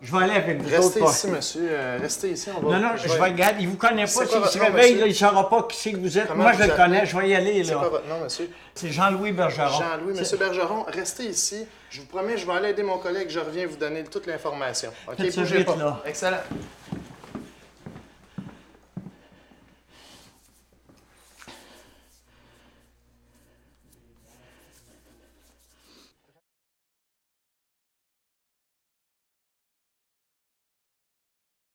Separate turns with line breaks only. Je vais aller avec vous
Restez
autres,
ici,
pas.
monsieur. euh, restez ici. On va,
Non, non, je vais regarder. Il vous connaît pas.
C'est
S'il
quoi
se
votre nom,
réveille,
monsieur?
là, il saura pas qui c'est que vous êtes.
Comment
Moi, je
vous
le
appelez?
connais. Je vais y aller,
C'est quoi
là.
votre nom, monsieur?
C'est Jean-Louis Bergeron.
Jean-Louis, monsieur Bergeron, restez ici. Je vous promets, je vais aller aider mon collègue. Je reviens vous donner toute l'information. OK,
Faites ça
bougez
vite,
pas.
là.
Excellent.